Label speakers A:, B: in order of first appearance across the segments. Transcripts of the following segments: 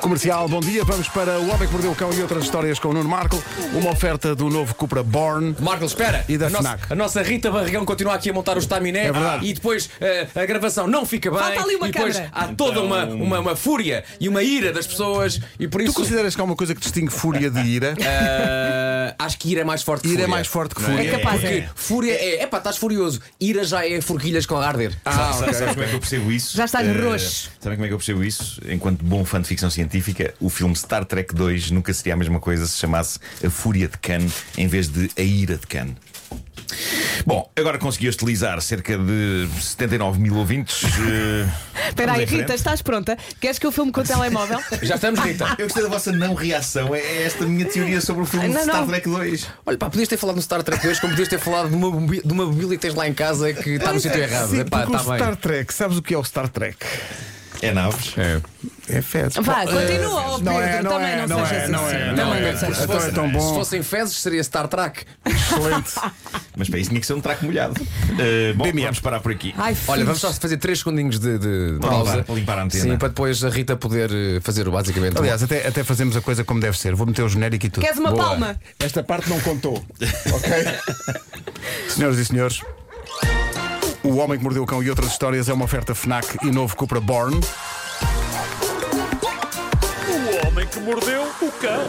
A: Comercial, bom dia. Vamos para O Homem que Mordeu o Cão e outras histórias com o Nuno Marco. Uma oferta do novo Cupra Born.
B: Marco, espera!
A: E da
B: a, nossa,
A: FNAC.
B: a nossa Rita Barrigão continua aqui a montar o estaminé
A: É verdade.
B: e depois eh, a gravação não fica bem.
C: Falta ali uma
B: e depois
C: câmara.
B: há toda uma, uma, uma fúria e uma ira das pessoas e por
A: Tu
B: isso
A: consideras que há uma coisa que distingue fúria de ira?
B: eh, acho que ira é mais forte que
A: Ira é
B: fúria.
A: mais forte que fúria.
C: É É capaz.
B: Porque fúria é, epá, estás furioso. Ira já é forquilhas com a arder.
A: Ah,
D: Sabe- Sabes como é que eu percebo isso?
C: Já estás
D: Eh,
C: roxo.
D: Sabem como é que eu percebo isso? Enquanto bom fã de ficção científica, o filme Star Trek 2 nunca seria a mesma coisa se chamasse A Fúria de Khan em vez de A Ira de Khan. Bom, agora conseguiu estilizar cerca de 79 mil ouvintes. eh,
C: Espera aí,
D: vamos em
C: Rita,
D: frente.
C: estás pronta? Queres que eu filme com o telemóvel?
B: Já estamos, Rita.
D: Eu gostei da vossa não reação. É esta minha teoria sobre o filme
C: Não,
D: Star
C: não.
D: Trek 2.
B: Olha, pá, podias ter falado no Star Trek 2 como podias ter falado de uma, mobi- de uma mobília que tens lá em casa que está no sítio
A: é.
B: errado.
C: é
A: Sim,
B: Epá,
A: porque
C: tá
B: está
A: o
B: bem.
A: Star Trek, sabes o que é o Star Trek?
D: É naves.
A: É fezes.
C: Vá,
A: Bom,
C: continua, ó,
A: não é,
C: Pedro,
A: não
C: também
A: é,
C: não
A: não
C: sejas
A: é, não
C: assim.
A: é, não
C: Também
A: é.
C: não sejas
A: Então é
C: assim.
A: tão
B: Se
A: bom.
B: fossem fezes, seria Star Trek.
A: Excelente.
D: Mas para isso tinha que ser um traco molhado. Eh, bom, vamos parar por aqui.
B: Olha,
C: Ai, filhos.
B: vamos só fazer 3 segundinhos de, de
D: Para
B: pausa.
D: limpar- para limpar a antena.
B: Sim, para depois a Rita poder eh, fazer o basicamente.
A: Aliás, até, até fazemos a coisa como deve ser. Vou meter o genérico e tudo.
C: Queres uma
B: Boa.
C: palma?
A: Esta parte não contou, ok? Senhoras e senhores, O Homem que Mordeu o Cão e outras histórias é uma oferta Fnac e novo Cupra Born.
E: O homem que mordeu o cão.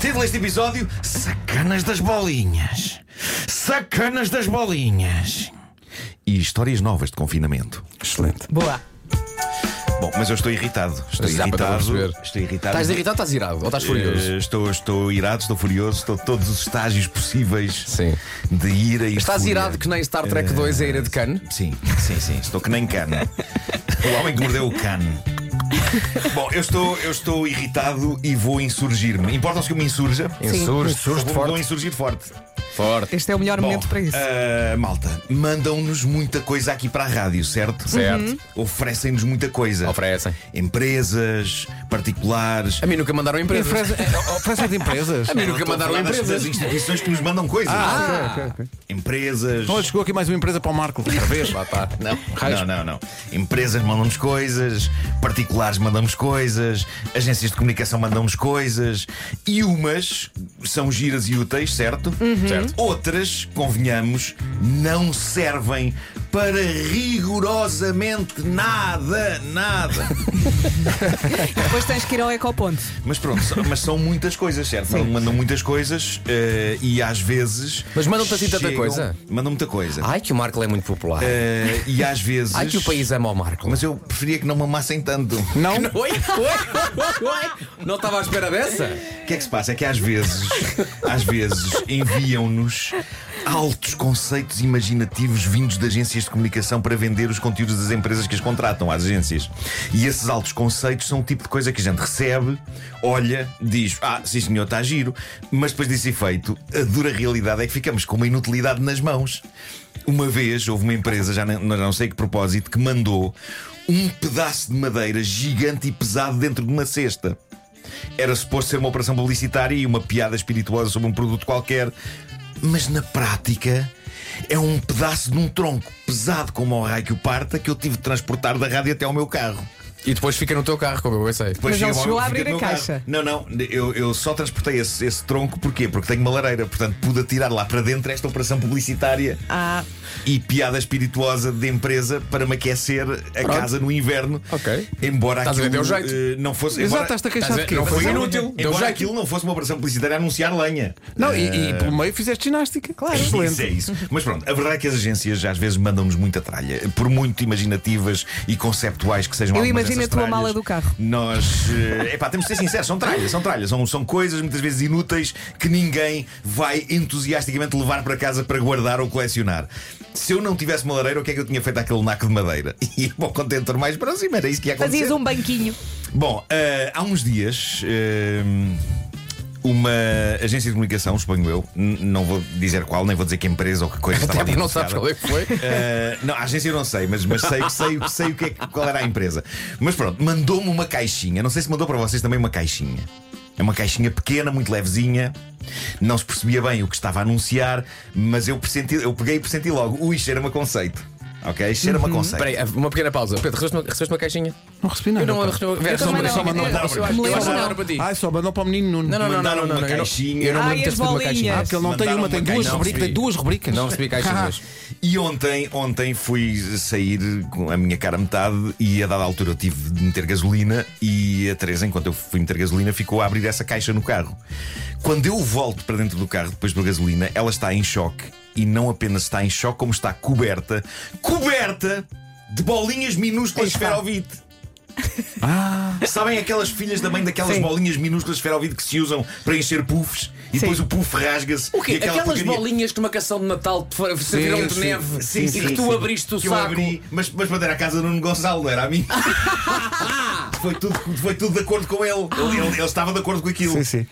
D: Título deste episódio: Sacanas das Bolinhas. Sacanas das Bolinhas. E histórias novas de confinamento.
A: Excelente.
C: Boa.
D: Bom, mas eu estou irritado. Estou
B: Já para
D: irritado.
B: perceber.
D: Estou irritado.
B: Estás irritado ou estás irado? Ou estás furioso?
D: Eh, estou, estou irado, estou furioso, estou todos os estágios possíveis
B: Sim.
D: de ira e
B: Estás
D: fúria.
B: irado que nem Star
D: Eh,
B: Trek 2 é ira de cano?
D: Sim, sim, sim, estou que nem cana. O homem que mordeu o cano. Bom, eu estou, eu estou irritado e vou insurgir-me. Importam-se que eu me insurja?
B: Insurge, surge
D: Vou, vou insurgir forte.
B: forte.
C: Este é o melhor
D: Bom,
C: momento para isso.
B: eh,
D: ah, malta, mandam-nos muita coisa aqui para a rádio, certo?
B: Certo. Uhum.
D: Oferecem-nos muita coisa.
B: Oferecem.
D: Empresas, particulares.
B: A mim nunca mandaram empresas.
A: Empresa, é, oferta de empresas.
B: A mim nunca
D: Estou a
B: mandaram
D: falar das-
B: empresas. Ah,
D: Das instituições que nos mandam coisas.
C: Ah,
A: ok, ok, ok.
D: Empresas.
A: Olha, chegou aqui mais uma empresa para o Marco. Outra vez.
B: Lá está.
D: Não,
B: Raios.
D: não, não, não. Empresas mandam-nos coisas, particulares mandam-nos coisas, agências de comunicação mandam-nos coisas, e umas são giras e úteis, certo?
B: Uhum.
D: certo? Outras, convenhamos, não servem para rigorosamente nada, nada.
C: Depois tens que ir ao Ecoponto.
D: mas pronto, são- mas são muitas coisas, certo? Mandam muitas coisas eh, e às vezes.
B: Mas mandam-te assim tanta
D: chegam-
B: coisa?
D: Mandam muita coisa.
B: Ai que o Marco é muito popular.
D: Eh, e às vezes.
B: Ai que o país ama o Marco.
D: Mas eu preferia que não me amassem tanto.
A: Não?
B: Oi, oi, oi, oi. Não estava à espera dessa?
D: O que é que se passa? É que às vezes, às vezes, enviam-nos altos conceitos imaginativos vindos de agências de comunicação para vender os conteúdos das empresas que as contratam, às agências. E esses altos conceitos são o tipo de coisa que a gente recebe, olha, diz, ah, sim senhor, está giro, mas depois disso e feito, a dura realidade é que ficamos com uma inutilidade nas mãos. Uma vez houve uma empresa, já não, não sei que propósito, que mandou um pedaço de madeira gigante e pesado dentro de uma cesta. Era suposto ser uma operação publicitária e uma piada espirituosa sobre um produto qualquer, mas na prática é um pedaço de um tronco pesado como o raio que o parta que eu tive de transportar da rádio até ao meu carro.
B: E depois fica no teu carro, como eu pensei.
C: Mas
D: Depois chega
C: ele
D: ao-
C: chegou a
D: fica
C: abrir
D: no
C: a
D: meu
C: caixa.
D: carro. Não, não, eu, eu só transportei esse, esse tronco porquê? Porque tenho uma lareira, portanto pude atirar lá para dentro esta operação publicitária
C: Ah,
D: e piada espirituosa de empresa para me aquecer a casa no inverno.
B: Ok.
D: Embora
B: Estás a ver,
D: aquilo
B: deu jeito.
D: eh, não fosse.
A: Exato,
D: embora-
A: estás-te a
B: Estás
A: queixar
B: a
A: de
B: ver?
A: quê?
B: Não
D: é.
A: Não,
B: foi
A: foi
B: inútil. Deu
D: Embora
B: jeito.
D: aquilo não fosse uma operação publicitária a anunciar lenha.
A: não e, e pelo meio fizeste ginástica.
D: É
A: Claro.
D: isso, é
A: Excelente.
D: isso. Mas pronto, a verdade é que as agências às vezes mandam-nos muita tralha. Por muito imaginativas e conceptuais que sejam
C: Eu
D: algumas
C: imagino
D: dessas
C: a tua
D: tralhas,
C: mala do carro.
D: Nós. eh, epá, temos de ser sinceros, são tralhas, são tralhas. São, são coisas muitas vezes inúteis que ninguém vai entusiasticamente levar para casa para guardar ou colecionar. Se eu não tivesse uma lareira, o que é que eu tinha feito àquele naco de madeira? E para o contentor mais próximo, era isso que ia acontecer.
C: fazias um banquinho.
D: Bom, eh, há uns dias. eh, uma agência de comunicação, suponho eu, n- não vou dizer qual, nem vou dizer que empresa ou que coisa estava
B: Até porque não
D: anunciada.
B: sabes qual é que foi.
D: Eh, não, a agência eu não sei, mas, mas sei, sei, sei o que é, que- qual era a empresa. Mas pronto, mandou-me uma caixinha. Não sei se mandou para vocês também uma caixinha. É uma caixinha pequena, muito levezinha. Não se percebia bem o que estava a anunciar, mas eu, pressenti, eu peguei e pressenti logo. Ui, cheira-me a conceito. Ok? Cheira-me a
B: Uhum.
D: conceito.
B: Espera aí, uma pequena pausa. Pedro, recebeste uma, recebeste uma caixinha?
A: Não recebi nada.
B: Eu não
A: pá.
B: recebi. Vera,
C: também
B: uma-
C: não.
B: só uma-
C: Eu-
B: eu acho-
C: eu- eu-
B: eu acho que
C: eu-
B: não era para ti.
A: Ai, só mandou para o menino Nuno.
B: Não, não, não, não,
D: mandaram
B: não, não,
D: uma
B: eu não-
D: caixinha.
B: Eu não me lembro
C: Ai,
B: de ter
C: as
B: recebido uma
C: bolinhas.
B: caixinha.
A: Ah, porque ele não tem
D: Mandaram
A: uma, tem
D: uma
A: duas
D: caixinha.
A: rubricas. Tem duas rubricas.
B: Não recebi caixas
A: Ah.
B: hoje.
D: E ontem, ontem fui sair com a minha cara a metade e a dada altura eu tive de meter gasolina e a Teresa, enquanto eu fui meter gasolina, ficou a abrir essa caixa no carro. Quando eu volto para dentro do carro depois da gasolina, ela está em choque e não apenas está em choque, como está coberta, coberta de bolinhas minúsculas de esferovite. Sabem aquelas filhas da mãe daquelas bolinhas minúsculas de esferovite que se usam para encher puffs e depois o puff rasga-se
B: O quê?
D: e aquela
B: Aquelas
D: porcaria-
B: bolinhas que numa canção de Natal te fa- serviram de neve
D: Sim,
B: e
D: sim,
B: que tu
D: sim.
B: abriste o
D: Que eu
B: saco.
D: abri, mas, mas mandei à casa do Nuno Gonçalo, não era a mim. foi, tudo, foi tudo de acordo com ele. Ele, ele- ele estava de acordo com aquilo.
A: Sim, sim.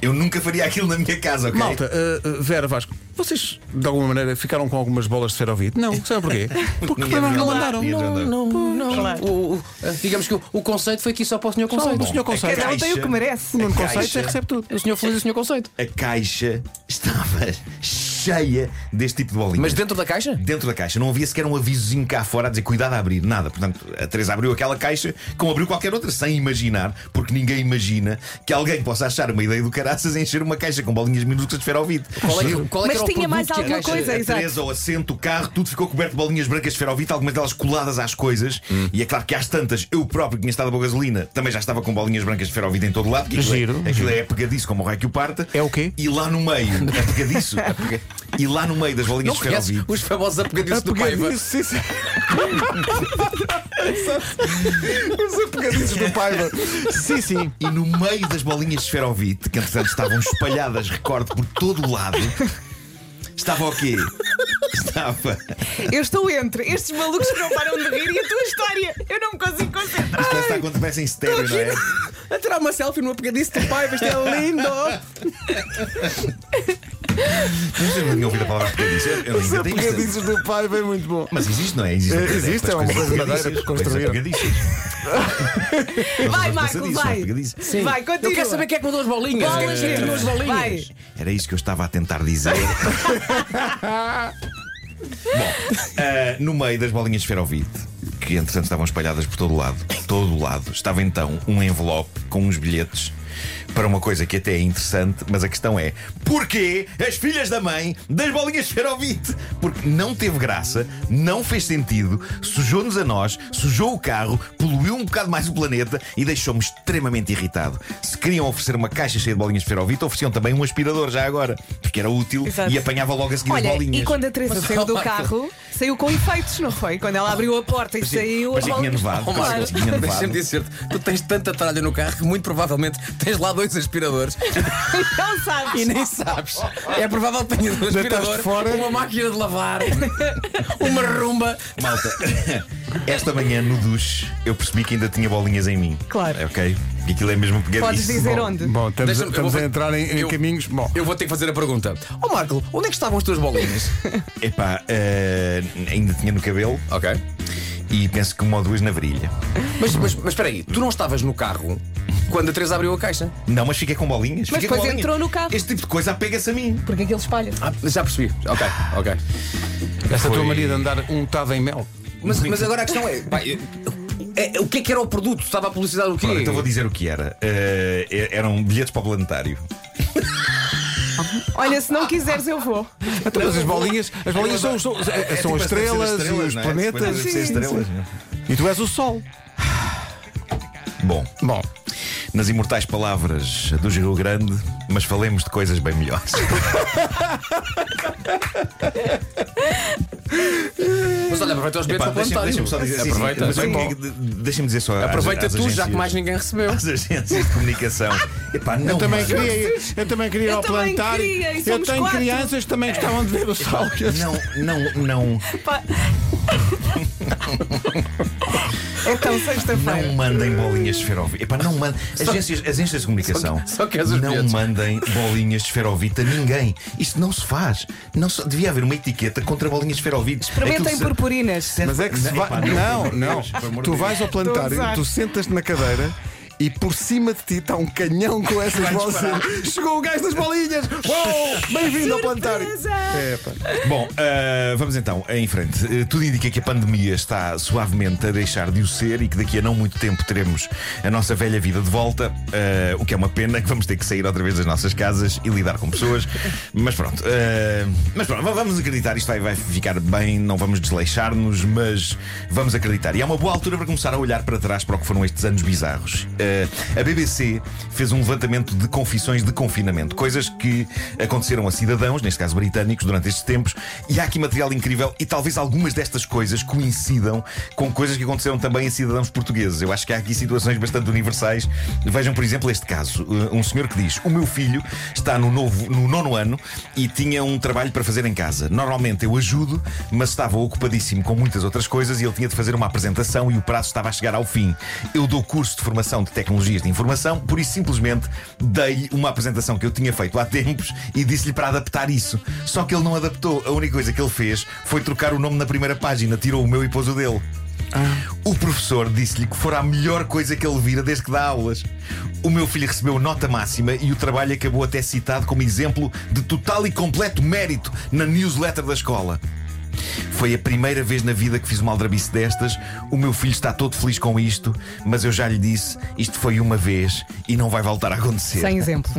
D: Eu nunca faria aquilo na minha casa, ok?
A: Malta, uh, uh, Vera Vasco, vocês de alguma maneira ficaram com algumas bolas de esferovite? Não, sabe porquê? Porque
D: Ninguém
A: não,
D: viu
A: não
D: lá.
A: mandaram.
D: Ninguém viu
A: Não,
D: lá.
A: não.
B: Não, não.
C: Claro.
B: O- o- digamos que o, o conceito foi aqui só para o senhor
A: Bom,
B: conceito.
A: o
D: é
A: senhor Conceito.
C: Cada um tem o que merece.
A: O Nuno
D: A
A: Conceito
D: caixa.
A: é que recebe tudo.
B: O senhor feliz e o senhor conceito.
D: A caixa estava cheia deste tipo de bolinhas.
B: Mas dentro da caixa?
D: Dentro da caixa não havia sequer um avisozinho cá fora a dizer cuidado a abrir, nada. Portanto, a Teresa abriu aquela caixa como abriu qualquer outra, sem imaginar, porque ninguém imagina que alguém possa achar uma ideia do caraças encher uma caixa com bolinhas minúsculas de esferovite.
B: Qual é, que- qual é que
C: Mas
B: era o
C: tinha
B: produto
C: mais
B: que a
C: alguma
B: caixa-
C: coisa?
D: a
C: exato.
D: Teresa, o assento, o carro, tudo ficou coberto de bolinhas brancas de esferovite, algumas delas coladas às coisas. E é claro que às tantas, eu próprio que tinha estado a boa gasolina, também já estava com bolinhas brancas de esferovite em todo lado. porque aquilo é-
A: Giro,
D: Aquilo é pegadiço, como o raio que o parta.
A: É o quê?
D: E lá no meio, é pegadiço. é pega- E lá no meio das bolinhas
B: Não
D: de
B: conhece
D: esferovite.
B: os famosos apegadiços do Paiva?
A: Apegadiços, sim, sim. Os apegadiços do Paiva. Sim, sim.
D: E no meio das bolinhas de esferovite, que entretanto estavam espalhadas, recordo, por todo o lado, estava o quê? Estava.
C: Eu estou entre estes malucos que não param de rir e a tua história. Eu não me consigo concentrar.
D: Isto está quando começa em estéreo, não é?
B: A tirar uma selfie no apegadiço do Paiva, isto é lindo!
D: Vocês não tinham ouvido a palavra pegadiço? Eu- Eu
A: Os
D: ainda tenho isto.
A: apegadiços do Paiva é muito bom.
D: Mas existe, não é? Existe,
A: é Eh, existe, é uma coisa de madeira que construíram.
C: Vai,
D: é
C: Marco, vai. Vai,
B: Eu
C: continua.
B: quero saber quem é que mandou as bolinhas. Quem é
C: Bolas
B: que tirou as bolinhas?
C: Vai.
D: Era isso que eu estava a tentar dizer. Bom, eh, no meio das bolinhas de esferovite, que entretanto estavam espalhadas por todo o lado, todo o lado, estava então um envelope com uns bilhetes para uma coisa que até é interessante, mas a questão é: porquê as filhas da mãe das bolinhas de esferovite? Porque não teve graça, não fez sentido, sujou-nos a nós, sujou o carro, poluiu um bocado mais o planeta e deixou-me extremamente irritado. Se queriam oferecer uma caixa cheia de bolinhas de esferovite, ofereciam também um aspirador já agora, porque era útil
C: Exato.
D: e apanhava logo a seguir as
C: Olha,
D: bolinhas.
C: e quando a Teresa saiu do carro, saiu com efeitos, não foi? Quando ela abriu a porta e saiu.
D: Parecia que tinha nevado,
B: Oh,
D: parecia
B: Marcos,
D: que tinha nevado.
B: deixa-me dizer-te, tu tens tanta tralha no carro que muito provavelmente tens lá dois aspiradores
C: Não sabes.
B: e nem sabes. É provável que tenhas um aspirador,
A: fora.
B: uma máquina de lavar, uma rumba.
D: Malta, esta manhã no duche eu percebi que ainda tinha bolinhas em mim.
C: Claro.
D: Ok? E aquilo é mesmo pegadiço.
C: Podes dizer onde?
A: Bom, estamos,
B: Deixa-me- eu
A: estamos
B: vou
A: a
B: fa-
A: entrar em, em
B: eu-
A: caminhos. Bom,
B: Eu vou ter que fazer a pergunta. Ó Marco, onde é que estavam as tuas bolinhas?
D: Epá, eh, ainda tinha no cabelo
B: ok.
D: e penso que uma ou duas na virilha.
B: Mas, mas, mas espera aí, tu não estavas no carro quando a Teresa abriu a caixa?
D: Não, mas fiquei com bolinhas.
C: Mas
D: fiquei com
C: depois
D: bolinhas.
C: entrou no carro.
D: Este tipo de coisa apega-se a mim.
C: Porque aquilo espalha.
B: Ah, já percebi. Ok, ok.
A: essa tua
D: foi-
A: mania de andar untado em mel.
B: Mas, mas agora a questão é, pá, eu- é- O que é que era o produto? Estava a publicidade o quê?
D: Ora, então vou dizer o que era. Eh, eh, eram bilhetes para o planetário.
C: Olha, se não quiseres, eu vou.
A: Então, mas as bolinhas, as bolinhas são, são, são
D: É tipo
A: as
D: as terceiras
A: estrelas, e os
D: não é?
A: planetas.
D: Depois das
C: Sim,
D: estrelas, não é?
A: E tu és o Sol.
D: Bom,
A: Bom,
D: nas imortais palavras do Giro Grande, mas falemos de coisas bem melhores.
B: Mas olha, aproveita os bilhetes
D: Pá,
B: para o
D: deixa-
B: planetário.
D: Deixa-me só dizer assim,
B: Aproveita.
D: mas
B: Sim.
D: o que é que- de- Deixa-me dizer só. às-
B: Aproveita
D: às
B: tu, já
D: agências-
B: que mais ninguém recebeu.
D: Às agências de comunicação. Epá, não,
A: eu também
D: mas-
A: queria ir, eu também queria ir
C: Eu
A: ao
C: também
A: planetário.
C: queria, e
A: eu
C: somos
A: tenho
C: quatro.
A: crianças que também gostavam de ver o Sol.
D: Não, não, não,
C: Pá. Então,
D: não
C: sexta-feira.
D: mandem bolinhas de esferovite. Epá, não mandem. Agências, agências de comunicação.
B: só que as
D: não
B: urgentes.
D: mandem bolinhas de esferovite a ninguém. Isto não se faz. Não se- devia haver uma etiqueta contra bolinhas de esferovite. Aquilo
C: Prometem
D: se-
C: purpurinas.
D: serve-
A: Mas é que se
D: Epá,
A: vai. Não,
D: por amor
A: não.
D: de Deus, por amor de
A: Tu
D: Deus.
A: vais ao planetário,
C: Estou a gozar.
A: tu sentas-te na cadeira e por cima de ti está um canhão com essas bolas. Chegou o gajo das bolinhas! Uou! Bem-vindo ao planetário! É, pá.
D: Bom, ah, vamos então em frente. Eh, tudo indica que a pandemia está suavemente a deixar de o ser e que daqui a não muito tempo teremos a nossa velha vida de volta, ah, o que é uma pena que vamos ter que sair outra vez das nossas casas e lidar com pessoas. Mas pronto, ah, mas pronto, va- vamos acreditar, isto vai, vai ficar bem, não vamos desleixar-nos, mas vamos acreditar. E é uma boa altura para começar a olhar para trás para o que foram estes anos bizarros. Ah, a BBC fez um levantamento de confissões de confinamento, coisas que aconteceram a cidadãos, neste caso britânicos, durante estes tempos, e há aqui material incrível e talvez algumas destas coisas coincidam com coisas que aconteceram também a cidadãos portugueses. Eu acho que há aqui situações bastante universais. Vejam, por exemplo, este caso. Uh, Um senhor que diz: O meu filho está no, novo, no nono ano e tinha um trabalho para fazer em casa. Normalmente eu ajudo, mas estava ocupadíssimo com muitas outras coisas e ele tinha de fazer uma apresentação e o prazo estava a chegar ao fim. Eu dou curso de formação de tecnologias de informação, por isso simplesmente dei uma apresentação que eu tinha feito há tempos e disse-lhe para adaptar isso. Só que ele não adaptou. A única coisa que ele fez foi trocar o nome na primeira página, tirou o meu e pôs o dele. O professor disse-lhe que fora a melhor coisa que ele vira desde que dá aulas. O meu filho recebeu nota máxima e o trabalho acabou até citado como exemplo de total e completo mérito na newsletter da escola. Foi a primeira vez na vida que fiz uma aldrabice destas. O meu filho está todo feliz com isto, mas eu já lhe disse: isto foi uma vez e não vai voltar a acontecer.
C: Sem exemplo.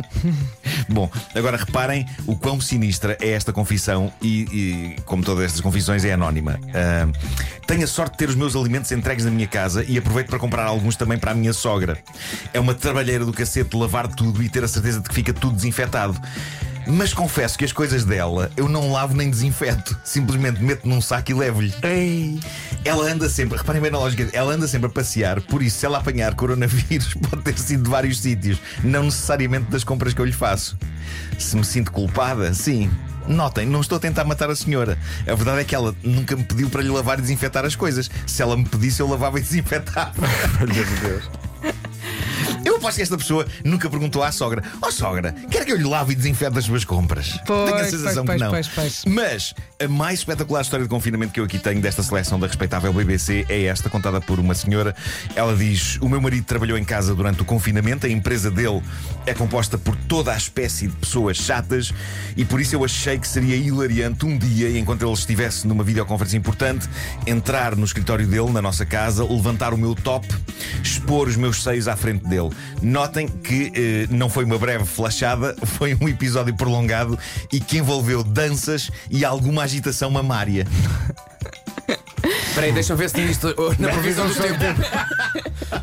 D: Bom, agora reparem o quão sinistra é esta confissão e, e, como todas estas confissões, é anónima. Ah, tenho a sorte de ter os meus alimentos entregues na minha casa e aproveito para comprar alguns também para a minha sogra. É uma trabalheira do cacete lavar tudo e ter a certeza de que fica tudo desinfetado. Mas confesso que as coisas dela eu não lavo nem desinfeto. Simplesmente meto num saco e levo-lhe. Ela anda sempre, reparem bem na lógica, ela anda sempre a passear, por isso, se ela apanhar coronavírus, pode ter sido de vários sítios, não necessariamente das compras que eu lhe faço. Se me sinto culpada, sim. Notem, não estou a tentar matar a senhora. A verdade é que ela nunca me pediu para lhe lavar e desinfetar as coisas. Se ela me pedisse, eu lavava e desinfetava. Eu aposto que esta pessoa nunca perguntou à sogra: Ó sogra, quer que eu lhe lave e desinfete as suas compras?
C: Pois,
D: tenho a sensação
C: pois,
D: que não.
C: pois, pois, pois.
D: Mas a mais espetacular história de confinamento que eu aqui tenho desta seleção da respeitável BBC é esta, contada por uma senhora. Ela diz: O meu marido trabalhou em casa durante o confinamento, a empresa dele é composta por toda a espécie de pessoas chatas e por isso eu achei que seria hilariante um dia, enquanto ele estivesse numa videoconferência importante, entrar no escritório dele, na nossa casa, levantar o meu top, expor os meus seios à frente dele. Notem que eh, não foi uma breve flashada, foi um episódio prolongado e que envolveu danças e alguma agitação mamária.
B: Espera aí, deixa eu ver se tinha isto oh, na previsão do tempo.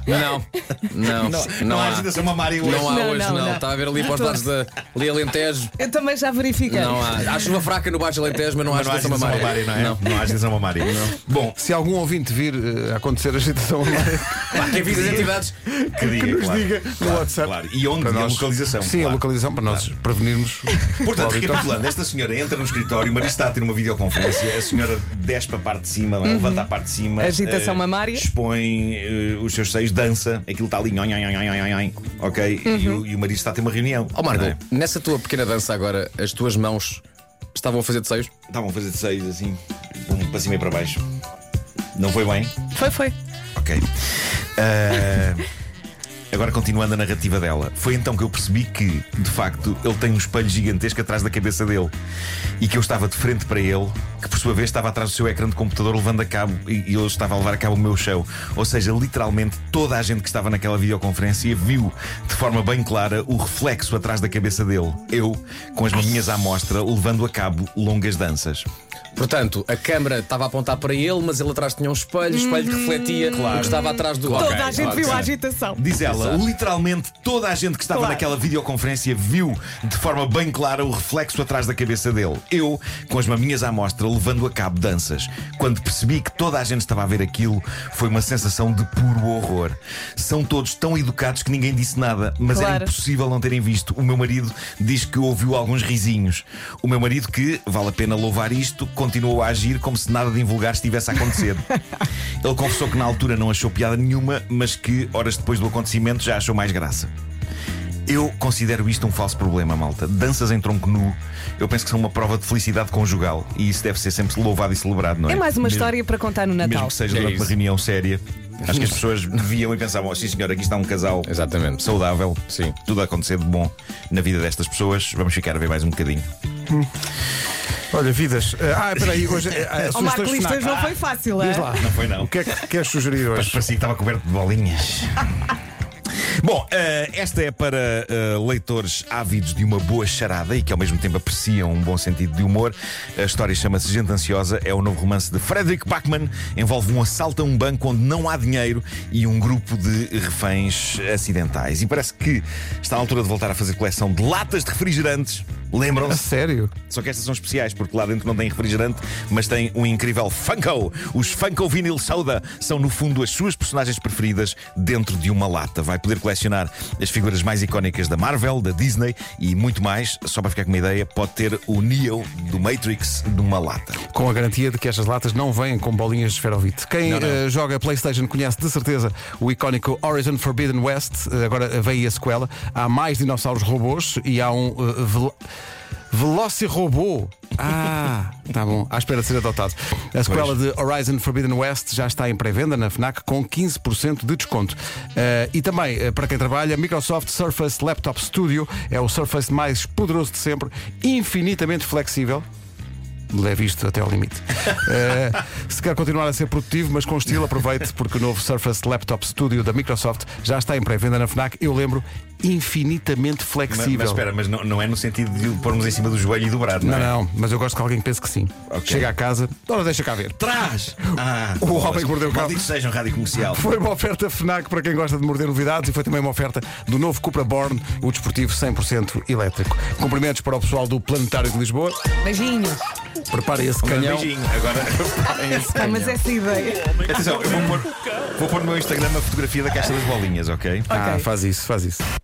B: Não, não, não,
D: não há
B: há.
D: agitação mamária hoje.
B: Não há
C: Não,
B: hoje,
C: não,
B: não.
C: não.
B: Está a ver ali para os lados da. Ali Alentejo.
C: Eu também já verifiquei.
B: Não há. Há chuva fraca no Baixo Alentejo, mas não há
D: Mas não há
B: agitação
D: agitação mamária,
B: mamária.
D: não é? Não, há agitação mamária. Bom,
A: Se algum ouvinte vir eh, a acontecer a agitação,
B: Pá, Quem vive as entidades.
D: que diga,
A: que nos
D: claro,
A: diga no
D: claro,
A: WhatsApp.
D: claro. E onde?
A: Para
D: E a
A: nós-
D: localização.
A: Sim, a
D: claro.
A: localização para nós prevenirmos.
D: Portanto,
A: Claro, então.
D: recapitulando, esta senhora entra no escritório, o marido está a ter uma videoconferência, a senhora desce para a parte de cima, levanta a parte de cima,
C: Uhum. Agitação
D: eh,
C: mamária.
D: expõe eh, os seus seios, dança, aquilo está ali, nhoi, nhoi, nhoi, nhoi, nhoi, nhoi, ok? E,
C: Uhum.
D: o, e o marido está a ter uma reunião.
B: Ó Oh, Marco,
D: não é?
B: nessa tua pequena dança agora, as tuas mãos estavam a fazer de seios?
D: Estavam a fazer de seis assim, um para cima e para baixo. Não foi bem?
C: Foi, foi.
D: Ok. Ah, agora continuando a narrativa dela. Foi então que eu percebi que, de facto, ele tem um espelho gigantesco atrás da cabeça dele. E que eu estava de frente para ele, que por sua vez estava atrás do seu ecrã de computador levando a cabo e e ele estava a levar a cabo o meu show. Ou seja, literalmente toda a gente que estava naquela videoconferência viu de forma bem clara o reflexo atrás da cabeça dele. Eu, com as maminhas à mostra, levando a cabo longas danças.
B: Portanto, a câmara estava a apontar para ele, mas ele atrás tinha um espelho, o espelho refletia o que estava atrás do
C: Hum. Toda
B: Ok,
C: a gente
B: ok.
C: viu a agitação.
D: Diz ela, literalmente toda a gente que estava
C: Claro.
D: naquela videoconferência viu de forma bem clara o reflexo atrás da cabeça dele. Eu, com as maminhas à mostra, levando a cabo danças. Quando percebi que toda a gente estava a ver aquilo, foi uma sensação de puro horror. São todos tão educados que ninguém disse nada, mas era
C: Claro.
D: impossível não terem visto. O meu marido diz que ouviu alguns risinhos. O meu marido, que, vale a pena louvar isto, continuou a agir como se nada de invulgar estivesse a acontecer. Ele confessou que na altura não achou piada nenhuma, mas que horas depois do acontecimento já achou mais graça. Eu considero isto um falso problema, malta. Danças em tronco nu, eu penso que são uma prova de felicidade conjugal e isso deve ser sempre louvado e celebrado, não é?
C: É mais uma
D: Mesmo-
C: história para contar no Natal.
D: Mesmo que seja
B: É
D: durante
B: isso.
D: uma reunião séria. Acho que as pessoas viam e pensavam: "Oh, sim, senhor, aqui está um casal
B: Exatamente.
D: saudável,
B: Sim.
D: tudo a acontecer de bom na vida destas pessoas. Vamos ficar a ver mais um bocadinho.
A: Olha, vidas. Ah, espera aí, hoje. ah,
C: Ó Oh, Marco
A: sugestões
C: Listas
A: FNAC.
C: não foi fácil, é?
A: Diz lá.
D: Não foi, não.
A: O que é que queres sugerir
D: Mas
A: hoje?
D: parecia que estava coberto de bolinhas. Bom, eh, esta é para eh, leitores ávidos de uma boa charada e que ao mesmo tempo apreciam um bom sentido de humor. A história chama-se Gente Ansiosa, é o novo romance de Frederick Bachman, envolve um assalto a um banco onde não há dinheiro e um grupo de reféns acidentais. E parece que está na altura de voltar a fazer coleção de latas de refrigerantes.
A: A
D: Lembram-se?
A: sério?
D: Só que estas são especiais, porque lá dentro não tem refrigerante, mas tem um incrível Funko. Os Funko Vinyl Soda são, no fundo, as suas personagens preferidas dentro de uma lata. Vai poder colecionar as figuras mais icónicas da Marvel, da Disney e muito mais. Só para ficar com uma ideia, pode ter o Neo do Matrix numa lata.
A: Com a garantia de que estas latas não vêm com bolinhas de esferovite. Quem eh, joga PlayStation conhece de certeza o icónico Horizon Forbidden West. Eh, agora veio a sequela. Há mais dinossauros robôs e há um eh, velo... Velocirobô. Ah, tá bom. À espera de ser adotado. A sequela de Horizon Forbidden West já está em pré-venda na FNAC com 15% de desconto. Eh, e também, eh, para quem trabalha, Microsoft Surface Laptop Studio é o Surface mais poderoso de sempre, infinitamente flexível leve isto até ao limite. Eh, se quer continuar a ser produtivo, mas com estilo, aproveite, porque o novo Surface Laptop Studio da Microsoft já está em pré-venda na Fnac. Eu lembro, infinitamente
D: Mas,
A: flexível.
D: mas espera, mas não, não é no sentido de o pormos em cima do joelho e dobrar, não,
A: Não,
D: é?
A: não, mas eu gosto que alguém pense que sim.
D: Ok.
A: Chega a casa, ora deixa cá ver.
D: Trás! Ah,
A: O
D: bolas.
A: homem que mordeu o cabo.
D: Maldito seja um rádio comercial.
A: Foi uma oferta FNAC para quem gosta de morder novidades e foi também uma oferta do novo Cupra Born, o desportivo 100% elétrico. Cumprimentos para o pessoal do Planetário de Lisboa.
C: Beijinhos.
A: Preparem esse
D: Um grande
A: canhão.
D: beijinho. Agora.
C: Ah, mas essa ideia.
D: Atenção, eu vou pôr, vou pôr no meu Instagram a fotografia da caixa das bolinhas, ok?
A: Ah, faz isso, faz isso.